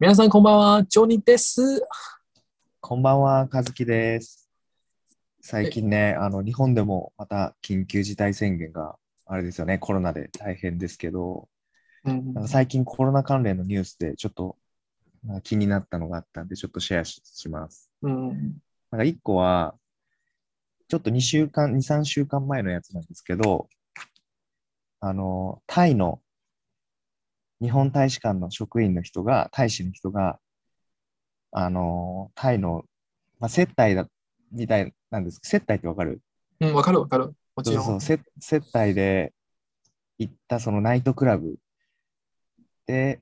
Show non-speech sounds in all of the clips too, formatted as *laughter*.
皆さんこんばんは、ジョニーです。こんばんは、和樹です。最近ね、あの日本でもまた緊急事態宣言があれですよね、コロナで大変ですけど、なんか最近コロナ関連のニュースでちょっとなんか気になったのがあったんで、ちょっとシェアしします。うん。なんか1個は、ちょっと2週間、2、3週間前のやつなんですけど、あの、タイの日本大使館の職員の人が、大使の人が、あの、タイの、まあ、接待だ、みたいなんです接待ってわかるうん、わかるわかる。もそちうろん。そう、接接待で行ったそのナイトクラブで、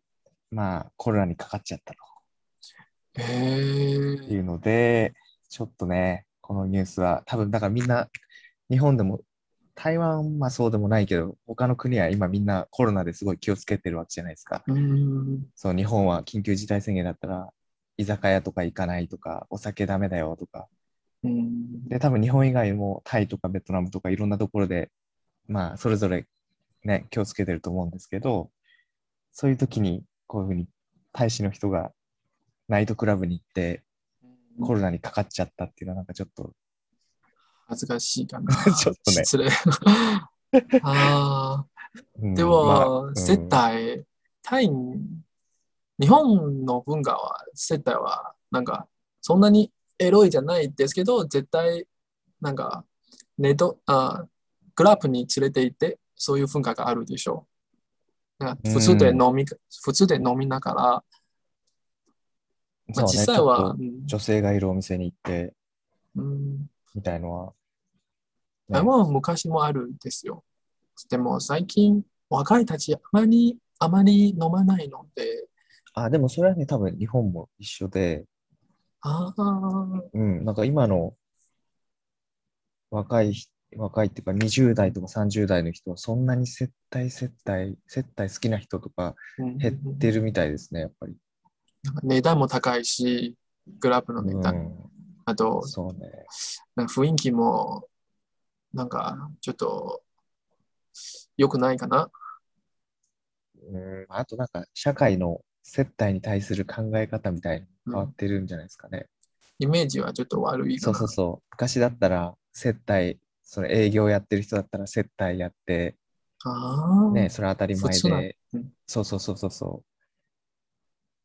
まあ、コロナにかかっちゃったと。へってーいうので、ちょっとね、このニュースは、多分だからみんな、日本でも、台湾はそうでもないけど、他の国は今みんなコロナですごい気をつけてるわけじゃないですか。うん。そう、日本は緊急事態宣言だったら、居酒屋とか行かないとか、お酒ダメだよとか。うん。で、多分日本以外もタイとかベトナムとかいろんなところで、まあ、それぞれね、気をつけてると思うんですけど、そういう時に、こういうふうに、大使の人がナイトクラブに行って、コロナにかかっちゃったっていうのはなんかちょっと、恥ずかしいかな。 *laughs* ちょっとね失礼。 *laughs* あうんあ。でまあはう、ん接待、タイに、日本の文化は、接待は、なんか、そんなにエロいじゃないですけど、絶対、なんか、ネト、あクラブに連れて行って、そういう文化があるでしょう。なんか普通で飲み、普通で飲みながら、まそあ、うね実際ちょはっと、女性がいるお店に行ってうん、みたいのは、台湾は昔もあるんですよ。でも最近、若いたち、あまり、あまり飲まないので、あでもそれはね多分日本も一緒で、ああ、うん、なんか今の若い人若いっていうか20代とか30代の人はそんなに接待接待接待好きな人とかうん減ってるみたいですねやっぱり、なんか値段も高いし、グラブの値う段、ん、あと、そうねなんか雰囲気も、なんか、ちょっと、良くないかな。うんあとなんか社会の接待に対する考え方みたいに変わうっんてるんじゃないですかね、イメージはちょっと悪いかそうな。そうそう。昔だったら接待、それ営業やってる人だったら接待やって、ああ、ね、それは当たり前そっちだでうん、そうそうそうそうそ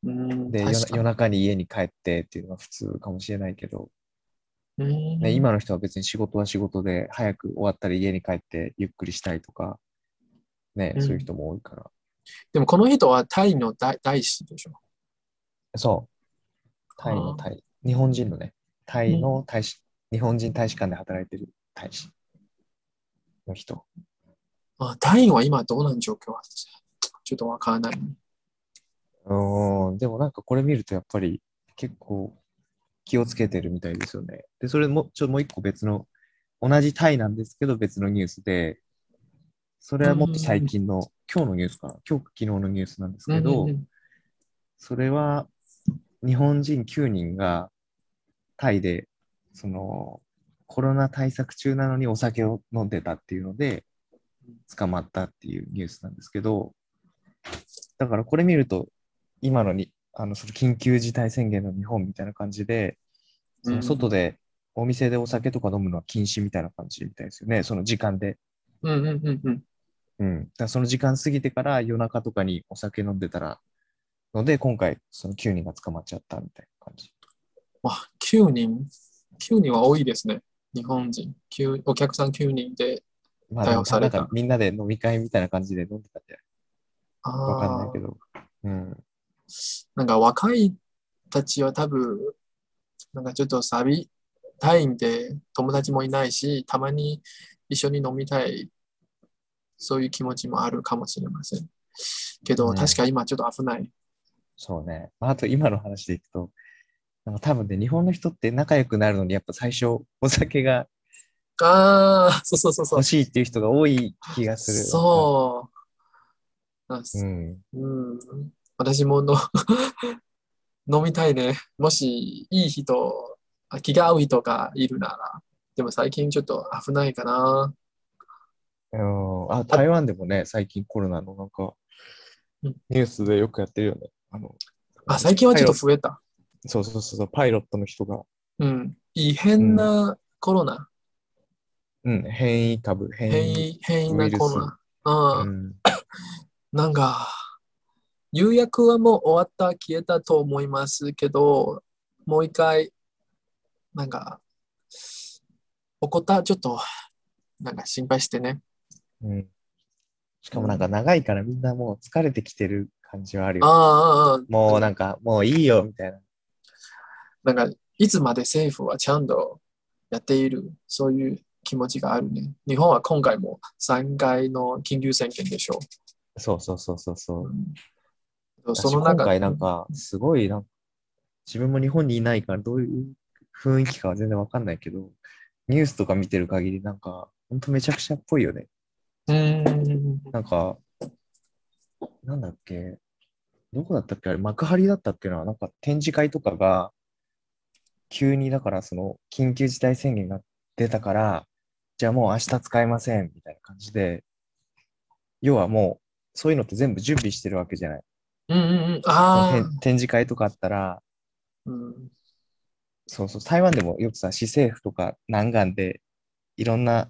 うそうう。ん、で、夜確なか夜中に家に帰ってっていうのが普通かもしれないけど、にうんね、今の人は別に仕事は仕事で、早く終わったら家に帰ってゆっくりしたいとか、ね、うんそういう人も多いから。でもこの人はタイの大大使でしょ。そう。タイあのータイ、日本人のね、タイの大使、日本人大使館で働いてる大使の人。あ、単位は今どうなん状況はちょっとわからない。うーん、でもなんかこれ見るとやっぱり結構気をつけてるみたいですよね。で、それも、ちょ、もう一個別の、同じタイなんですけど別のニュースで、それはもっと最近の、今日のニュースかな今日、昨日のニュースなんですけど、うんそれは日本人9人がタイで、その、コロナ対策中なのにお酒を飲んでたっていうので、捕まったっていうニュースなんですけど、だからこれ見ると、今のに、あの、その緊急事態宣言の日本みたいな感じで、その外で、お店でお酒とか飲むのは禁止みたいな感じみたいですよね、その時間で。うんうんうんうん。うん、だからその時間過ぎてから夜中とかにお酒飲んでたら、ので、今回、その9人が捕まっちゃったみたいな感じ。わ、9人 ?9 人は多いですね。日本人。9お客さん9人で。まあ、で逮捕もさなれんたかみんなで飲み会みたいな感じで飲んでたんじゃあーないわかんないけど。うん。なんか若いたちは多分、なんかちょっとサビ、タイで友達もいないし、たまに一緒に飲みたい、そういう気持ちもあるかもしれません。けど、うん確か今ちょっと危ない。そうね。まああと今の話でいくと、なんか多分ね、日本の人って仲良くなるのに、やっぱ最初、お酒がああ、そうそうそうそう欲。しいっていう人が多い気がする。そう。あう。うん。うん。私もの *laughs* 飲みたいね。もしいい人、あ気が合う人がいるなら。でも最近ちょっと危ないかな。うんあ、台湾でもね、最近コロナのなんか、うんニュースでよくやってるよね。あの、あ、最近はちょっと増えた。そうそうそうそう、パイロットの人が、うん。異変なコロナ。うん、変異株、変変異。異、変異なコロウイルナ。ああ、うん、なんか、釉薬はもう終わった、消えたと思いますけど、もう一回、なんか、起こった、ちょっと、なんか心配してね。うん。しかもなんか長いからみんなもう疲れてきてる感じはあるあよ。あああ、もうなんか、もういいよ、みたいな。なんか、いつまで政府はちゃんとやっている、そういう気持ちがあるね。日本は今回も3回の緊急宣言でしょ。そうそうそうそうそううう。ん、私その今中回なんか、すごいなんか、自分も日本にいないからどういう雰囲気かは全然わかんないけど、ニュースとか見てる限りなんか、ほんとめちゃくちゃっぽいよね。うーん、なんか、なんだっけ、どこだったっけ、あれ、幕張だったっけな、なんか展示会とかが、急にだから、その、緊急事態宣言が出たから、じゃあもう明日使えません、みたいな感じで、要はもう、そういうのって全部準備してるわけじゃない。うん、うんうん、あその展展示会とかあったら、あ、うん、そうそう、台湾でもよくさ、市政府とか南岸で、いろんな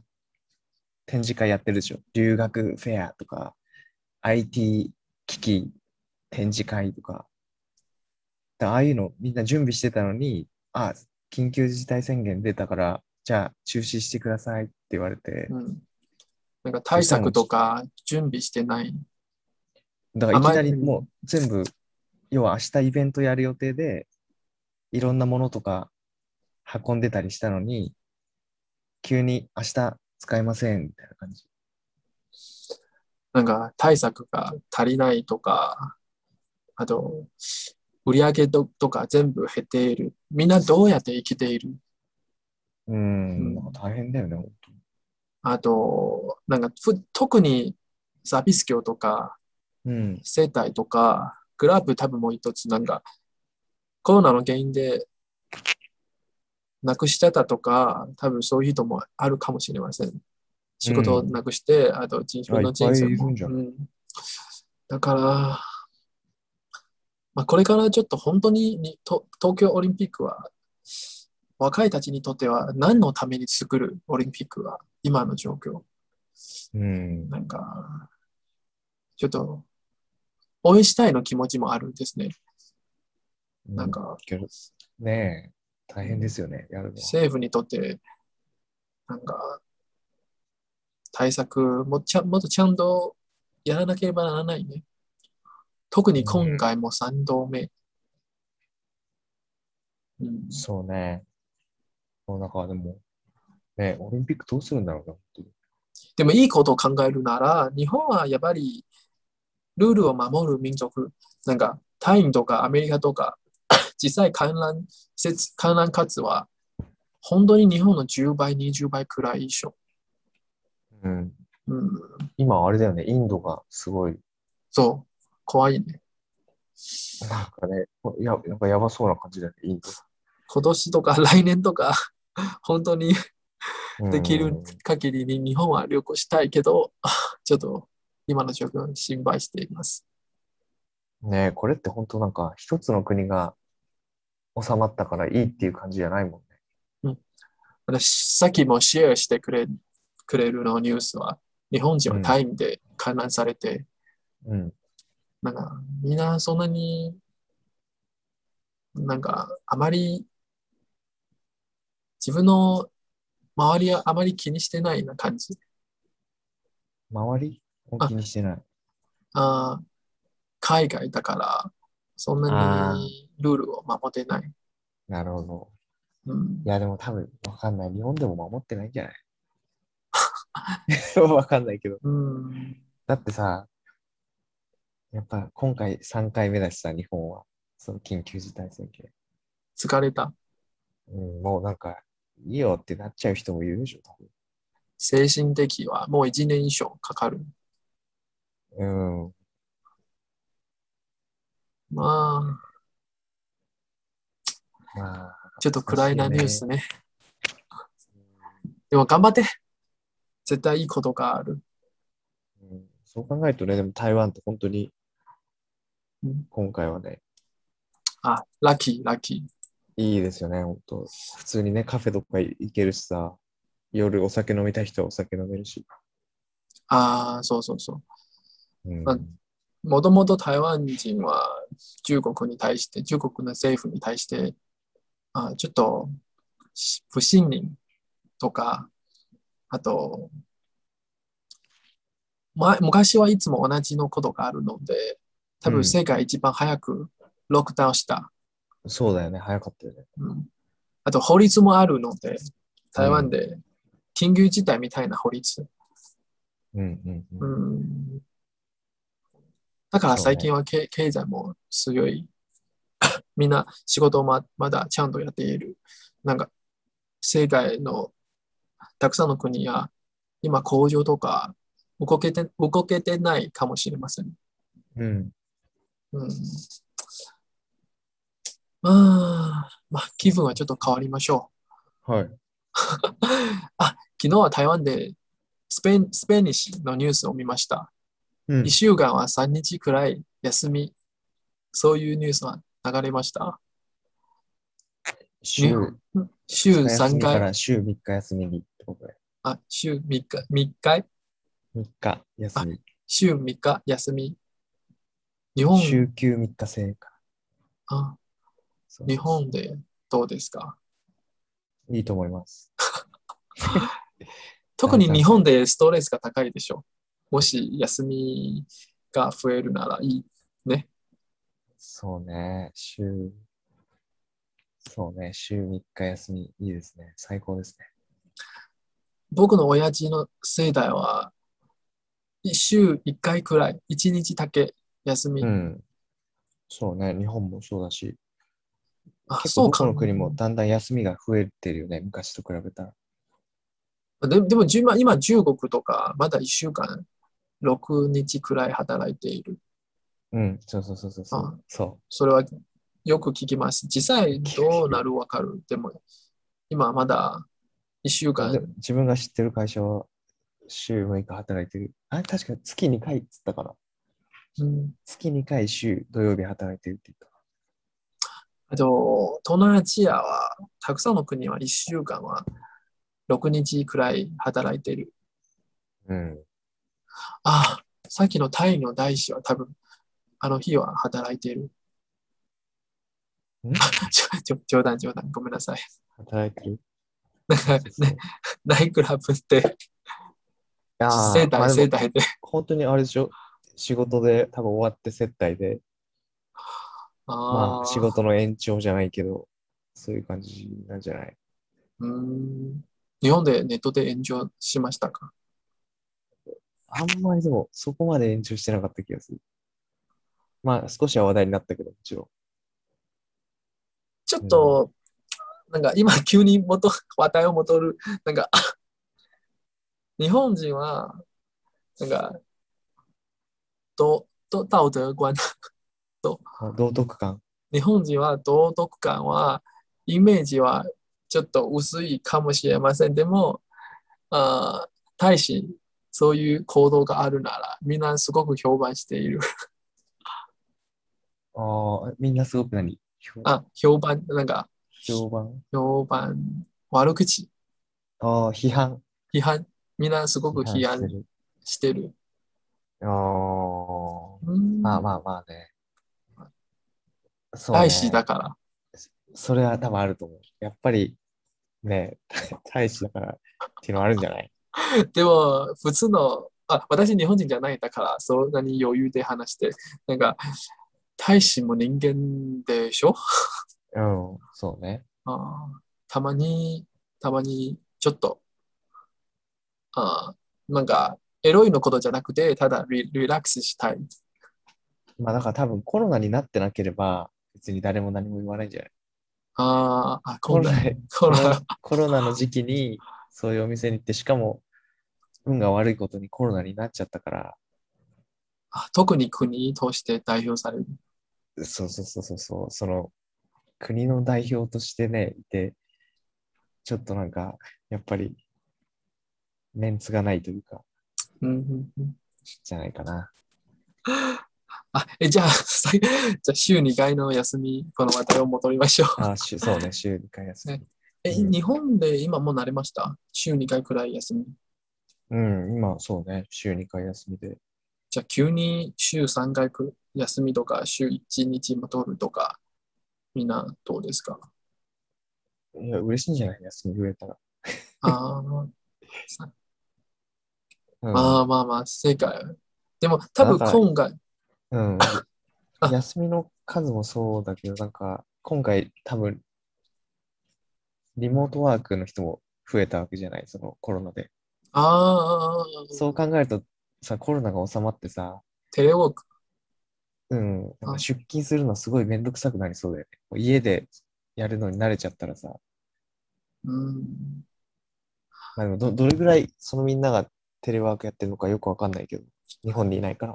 展示会やってるでしょ。留学フェアとか、IT 機器展示会とか。だああいうのみんな準備してたのに、あ、緊急事態宣言出たから、じゃあ中止してくださいって言われてう、ん。なんか対策とか準備してない。だからいきなりあまりもう全部、要は明日イベントやる予定で、いろんなものとか運んでたりしたのに、急に明日使えませんみたいな感じ。なんか対策が足りないとか、あと、売り上げととか全部減っている。みんなどうやって生きているううんん、なんか大変だよね、本当にあと、なんかふ特にサービス業とか、うん、生態とか、グラブ多分もう一つなんか、コロナの原因で、なくしてたとか、多分そういう人もあるかもしれません。仕事をなくして、あと自分の人生いっぱいいるも。んじゃなういんだから、まあ、これからちょっと本当ににと東京オリンピックは、若いたちにとっては何のために作るオリンピックは今の状況。うん、なんか、ちょっと、応援したいの気持ちもあるんですね。なんか、けど、ねえ、大変ですよね、やるのは。政府にとって、なんか、対策もちゃもっとちゃんとやらなければならないね。特に今回も3度目。うん、そうね。もうなんかでも、ねえオリンピックどうするんだろうな、本当にでもいいことを考えるなら、日本はやっぱりルールを守る民族、なんかタイとかアメリカとか、実際観覧施設、観覧数は本当に日本の10倍、20倍くらい以上。うん、うん、今、あれだよね、インドがすごいそう、怖いね。なんかね、やなんかやばそうな感じだよね、イン今年とか *laughs* 来年とか、本当にド。できうるん限りに日本は旅行したいけど、ちょっと今の状況に心配しています。ねえこれって本当なんか、一つの国が収まったからいいっていう感じじゃないもんね。私、さっきもシェアしてくれくれるのニュースは、日本人はタイムで観覧されて、うん。なんか、みんなそんなに、なんか、あまり、自分の周りはあまり気にしてないな感じ。周りを気にしてない。あー海外だから、そんなにルールを守ってない。なるほど。うんい、や、でも多分、わかんない。日本でも守ってないんじゃ *laughs* ないわかんないけど。うん、だってさ、やっぱ今回3回目だしさ、日本は。その緊急事態宣言。疲れた。うん、もうなんか、いいよってなっちゃう人もいるでしょ、多分。精神的はもう1年以上かかる。うん。まあ、まあ、ちょっと暗いなニュースね。ね。でも頑張って。絶対いいことがある。うんそう考えるとね、でも台湾って本当にうん今回はね、あ、ラッキー、ラッキー。いいですよね、本当。普通にね、カフェとか行けるしさ、夜お酒飲みたい人はお酒飲めるし。ああ、そうそうそううんまあう。もともと台湾人は中国に対して、中国の政府に対して、あちょっとし不信任とか、あと、ま、昔はいつも同じのことがあるので、多う分ん世界一番早くロックダウンしたそうだよね、早かったよね。うんあと法律もあるので、台湾で緊急事態みたいな法律。うんうん、ううん。ん、だから最近はけ経済も強い。 *laughs* みんな仕事をままだちゃんとやっている。なんか、世界のたくさんの国や今工場とか動けて動けてないかもしれません。うん。うんまあ、まあ、気分はちょっと変わりましょう。はい。 *laughs* 昨日は台湾でスペイン、スペイニッシュのニュースを見ました。うん1、週間は3日くらい休み。そういうニュースが流れました。週週二日休3みか回、ら週3日休みにってことで。あ、週3日、3回、 3日休み。週3日休み。日本、週休3日制か。あそう日本でどうですかいいと思います。特に日本でストレスが高いでしょ。もし休みが増えるならいい。そうね、週、そうね、週3日休み、いいですね。最高ですね。僕の親父の世代は、週1回くらい、1日だけ休み。うん。そうね、日本もそうだし、あ、結そ構うどかこな。の国もだんだん休みが増えてるよね、昔と比べたら。ででも、じゅま今、中国とか、まだ1週間、6日くらい働いている。うん、そうそうそうそうそあう。そそれはよく聞きます。実際、どうなるわかる。でも、今、まだ1週うで間、自分が知ってる会社は週6日働いてる。あれ、確か月2回っつったから。うん、月2回週土曜日働いてるって言った。あと、東南アジアは、たくさんの国は1週間は6日くらい働いている。うん。ああ、さっきのタイの大使は多分、あの日は働いている。 *laughs* んちょちょ冗談、冗談、ごめんなさい。働いてるなんか、ね、ナイクラブって、あ接ーまあ待、で接も待で。本当にあれでしょ仕事で多分終わって接待で、あまあ、あ仕事の延長じゃないけど、そういう感じなんじゃないうーん。日本でネットで炎上しましたかあんまりでもそこまで延長してなかった気がする。まあ少しは話題になったけど、もちろん。ちょっと、なんか今急に元、話題を戻る、なんか、日本人は、なんか、道、道道德观あ道徳感。日本人は道徳感は、イメージはちょっと薄いかもしれません。でも、あー大使、そういう行動があるなら、みんなすごく評判している。ああ、みんなすごく何評あ、評判、なんか、評判評判、悪口、ああ、批判。批判、みんなすごく批して判るしてる。ああ。うんまあまあまあね。そうね大使だから。 *laughs* それは多分あると思う。やっぱり、ね、 *laughs* 大使だからっていうのはあるんじゃないでも、普通の、あ、私日本人じゃないんだから、そんなに余裕で話して、なんか、大使も人間でしょうん、そうね。あーたまに、たまに、ちょっと、あーなんか、エロいのことじゃなくて、ただリリラックスしたい。まあだから多分コロナになってなければ、別に誰も何も言わないんじゃないあーあ、コ今度ロナ、コロナ、コロナの時期にそういうお店に行って、しかも運が悪いことにコロナになっちゃったから、あ特に国として代表される。そうそうそうそうそう、その国の代表としてね、いて、ちょっとなんか、やっぱり、メンツがないというか、うんうんうんじゃないかな。あ、え、じゃあ、さじゃあ週2回の休み、この話題を戻りましょう。あ *laughs* しそうね、週2回休み。え、うん日本で今もう慣れました週2回くらい休み。うん、今、そうね、週2回休みで。じゃあ急に週3回く休みとか、週1日も取るとか、みんなどうですかいや、嬉しいんじゃない休み増えたら。あーさうん、あー、まあまあ、正解。でも多分今回、うんあ。休みの数もそうだけど、なんか、今回多分、リモートワークの人も増えたわけじゃない、そのコロナで。ああ、そう考えると、さ、コロナが収まってさ、テレウォーク。うん、なんあか出勤するのすごいめんどくさくなりそうだよね。もう家でやるのに慣れちゃったらさ、うん。まあ、でもどどれぐらいそのみんながテレワークやってるのかよくわかんないけど、日本にいないから。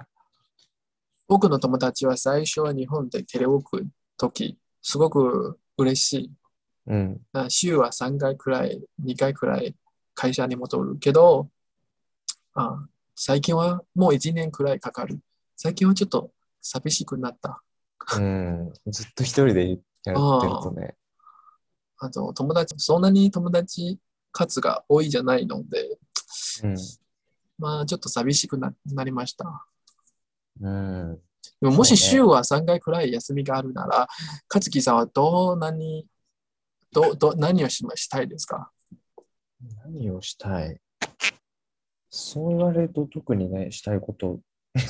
僕の友達は最初は日本でテレウォーク時、すごく嬉しい。うん、あ週は3回くらい、2回くらい会社に戻るけど、あ最近はもう1年くらいかかる。最近はちょっと寂しくなった。うん、ずっと一人でやってるとね、あと友達、そんなに友達数が多いじゃないので、うんまあちょっと寂しくななりました。うん、でももしそうね週は3回くらい休みがあるなら、勝木さんはどう何、どうどう何をしましたいですか何をしたいそう言われると特にね、したいこと。 *laughs*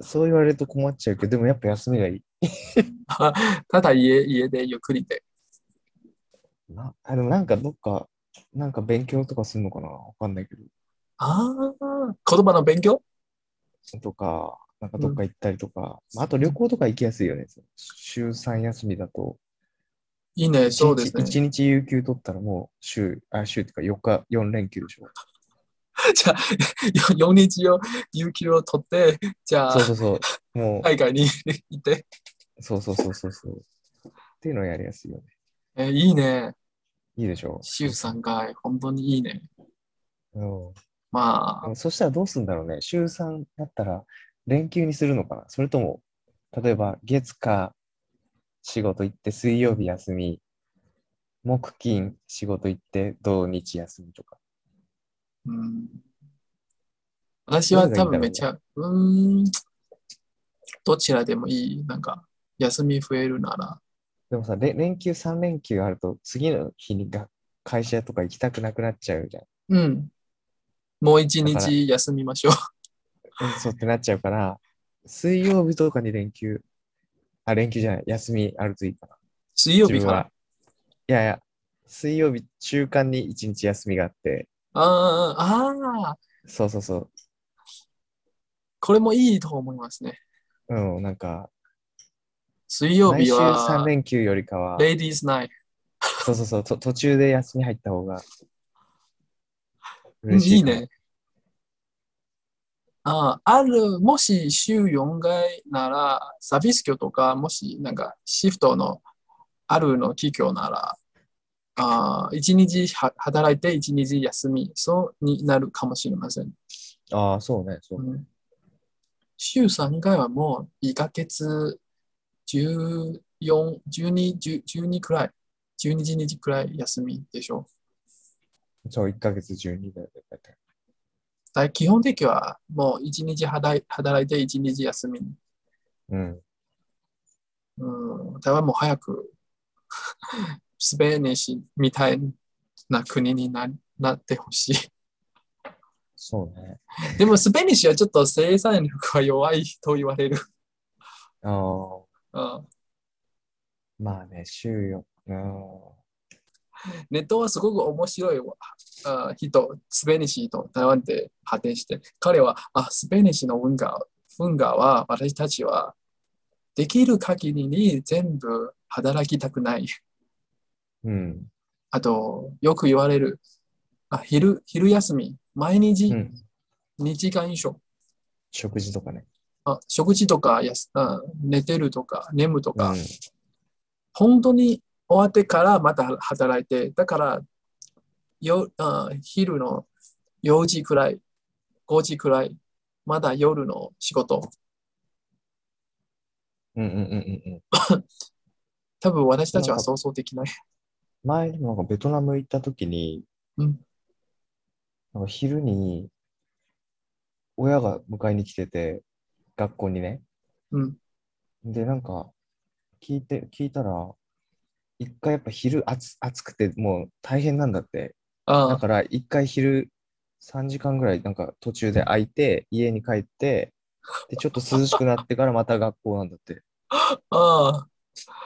そう言われると困っちゃうけど、でもやっぱ休みがいい。ただ家家でゆっくりで。なあでもなんかどっか、なんか勉強とかするのかなわかんないけど。ああ、言葉の勉強とか、なんかどっか行ったりとか。まあ、あと旅行とか行きやすいよね。週3休みだと。いいね、一そうですね。日一日有給取ったらもう週、あ、週っていうか4日、4連休でしょ。じゃあ、4日を、有給を取って、じゃあそう、そうそう。もう、海外に *laughs* 行って。そうそうそうそうそう。っていうのをやりやすいよね。えーいいね。いいでしょ週3回、本当にいいね。う。うん。まであ、もそしたらどうするんだろうね。週3だったら連休にするのかなそれとも、例えば月か仕事行って水曜日休み、木金仕事行って土日休みとか。うん。私は多分めっちゃ、うーん、どちらでもいい。なんか、休み増えるなら。でもさ、れ連休3連休あると次の日にが会社とか行きたくなくなっちゃうじゃん。うん。もう一だから日休みましょう。 *laughs* うんそうってなっちゃうから、水曜日とかに連休、あ、連休じゃない、休みあるといいかな。水曜日から。自分はいやいや、水曜日中間に一日休みがあって、あーあー、そうそうそう、これもいいと思いますね。うん、なんか、水曜毎日週3は、連休よりかは、レディースナイトそうそうそう、と途中で休み入った方がうん嬉しい。いね。。あある、もし週4回なら、サービス業とか、もしなんかシフトのあるの企業なら、あ1日は働いて1日休み、そうになるかもしれません。ああ、そうね、そううね。ん週3回はもう1ヶ月14、12、10 12くらい、12日くらい休みでしょう。そう、1ヶ月12だよね。だい基本的にはもう一日働い働いて一日休み。うん。うん、台湾も早くスペイン人みたいな国にななってほしい。そうね。でもスペイン人はちょっと生産力が弱いと言われる。ああ、うん、まあね、週よ。うん。ネットはすごく面白いわあ人、スペイン人と台湾で発展して、彼はあスペイン人の文化文化は私たちはできる限りに全部働きたくない。うん。あと、よく言われる、あ昼昼休み、毎日うん。 2時間以上、食事とかね。あ食事とかやすあ寝てるとか、眠るとうか、ん。本当に終わってからまた働いて、だからよあ昼の4時くらい、5時くらい、まだ夜の仕事うんうんうんうんうん。多分私たちはそうそうできない。前にもなんかベトナム行った時に、うんなんか昼に親が迎えに来てて、学校にね。うん。で、なんか聞いて、聞いたら、一回やっぱ昼暑暑くてもう大変なんだって。あだあ、から一回昼3時間ぐらいなんか途中で空いて、家に帰って、で、ちょっと涼しくなってからまた学校なんだって。ああ、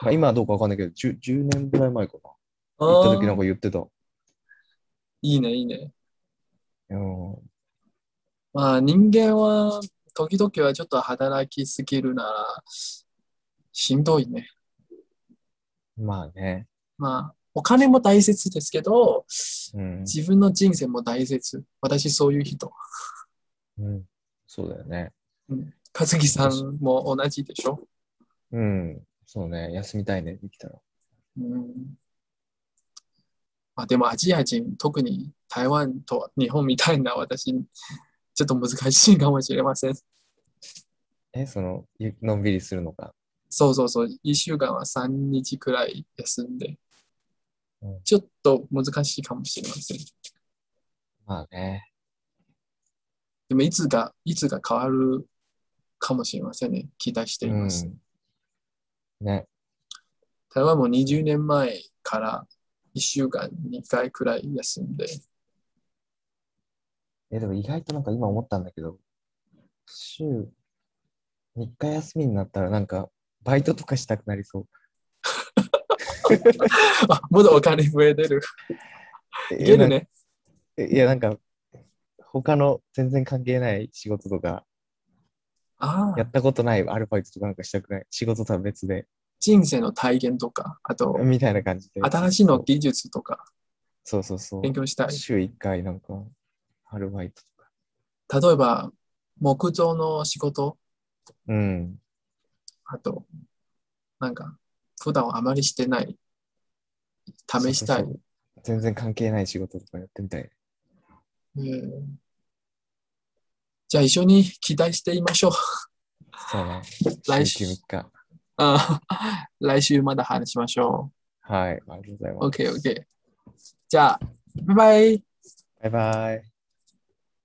まあ今はどうかわかんないけど、10, 10年ぐらい前かな。行ったあ時なんあ、か言ってた。いいね、いいね。うん。まあ人間は時々はちょっと働きすぎるならしんどいね。まあね。まあお金も大切ですけど、うん。自分の人生も大切。私そういう人。うん、そうだよね。和樹さんも同じでしょ。うん。そうね。休みたいね。できたら。うんまあ、でもアジア人、特に台湾と日本みたいな私、ちょっと難しいかもしれません。え、その、ゆのんびりするのか。そうそうそう、1週間は3日くらい休んでうん、ちょっと難しいかもしれません。まあね。でもいつが、いつが変わるかもしれませんね。期待しています。うん。ね。台湾も20年前から1週間2回くらい休んで、 *laughs* え、でも意外となんか今思ったんだけど、週3日休みになったらなんか、バイトとかしたくなりそう。あ、まだお金増えてる。いえける。ね。なんかいや、なんか、他の全然関係ない仕事とか、ああや。ったことないアルバイトとかなんかしたくない。仕事とは別で、人生の体験とか、あと、みたいな感じで。新しいの技術とかそうそうそう。勉強したい。週1回なんか、アルバイトとか。例えば、木造の仕事、うん。あと、なんか、普段あまりしてない、試したいそう。そうそう全然関係ない仕事とかやってみたい。うんじゃあ一緒に期待していましょう。そうね。来週3日。あ来週まだ話しましょ。はい。ありがとうございうます。 OK, OK. じゃあ、バイバイ。バイバイ。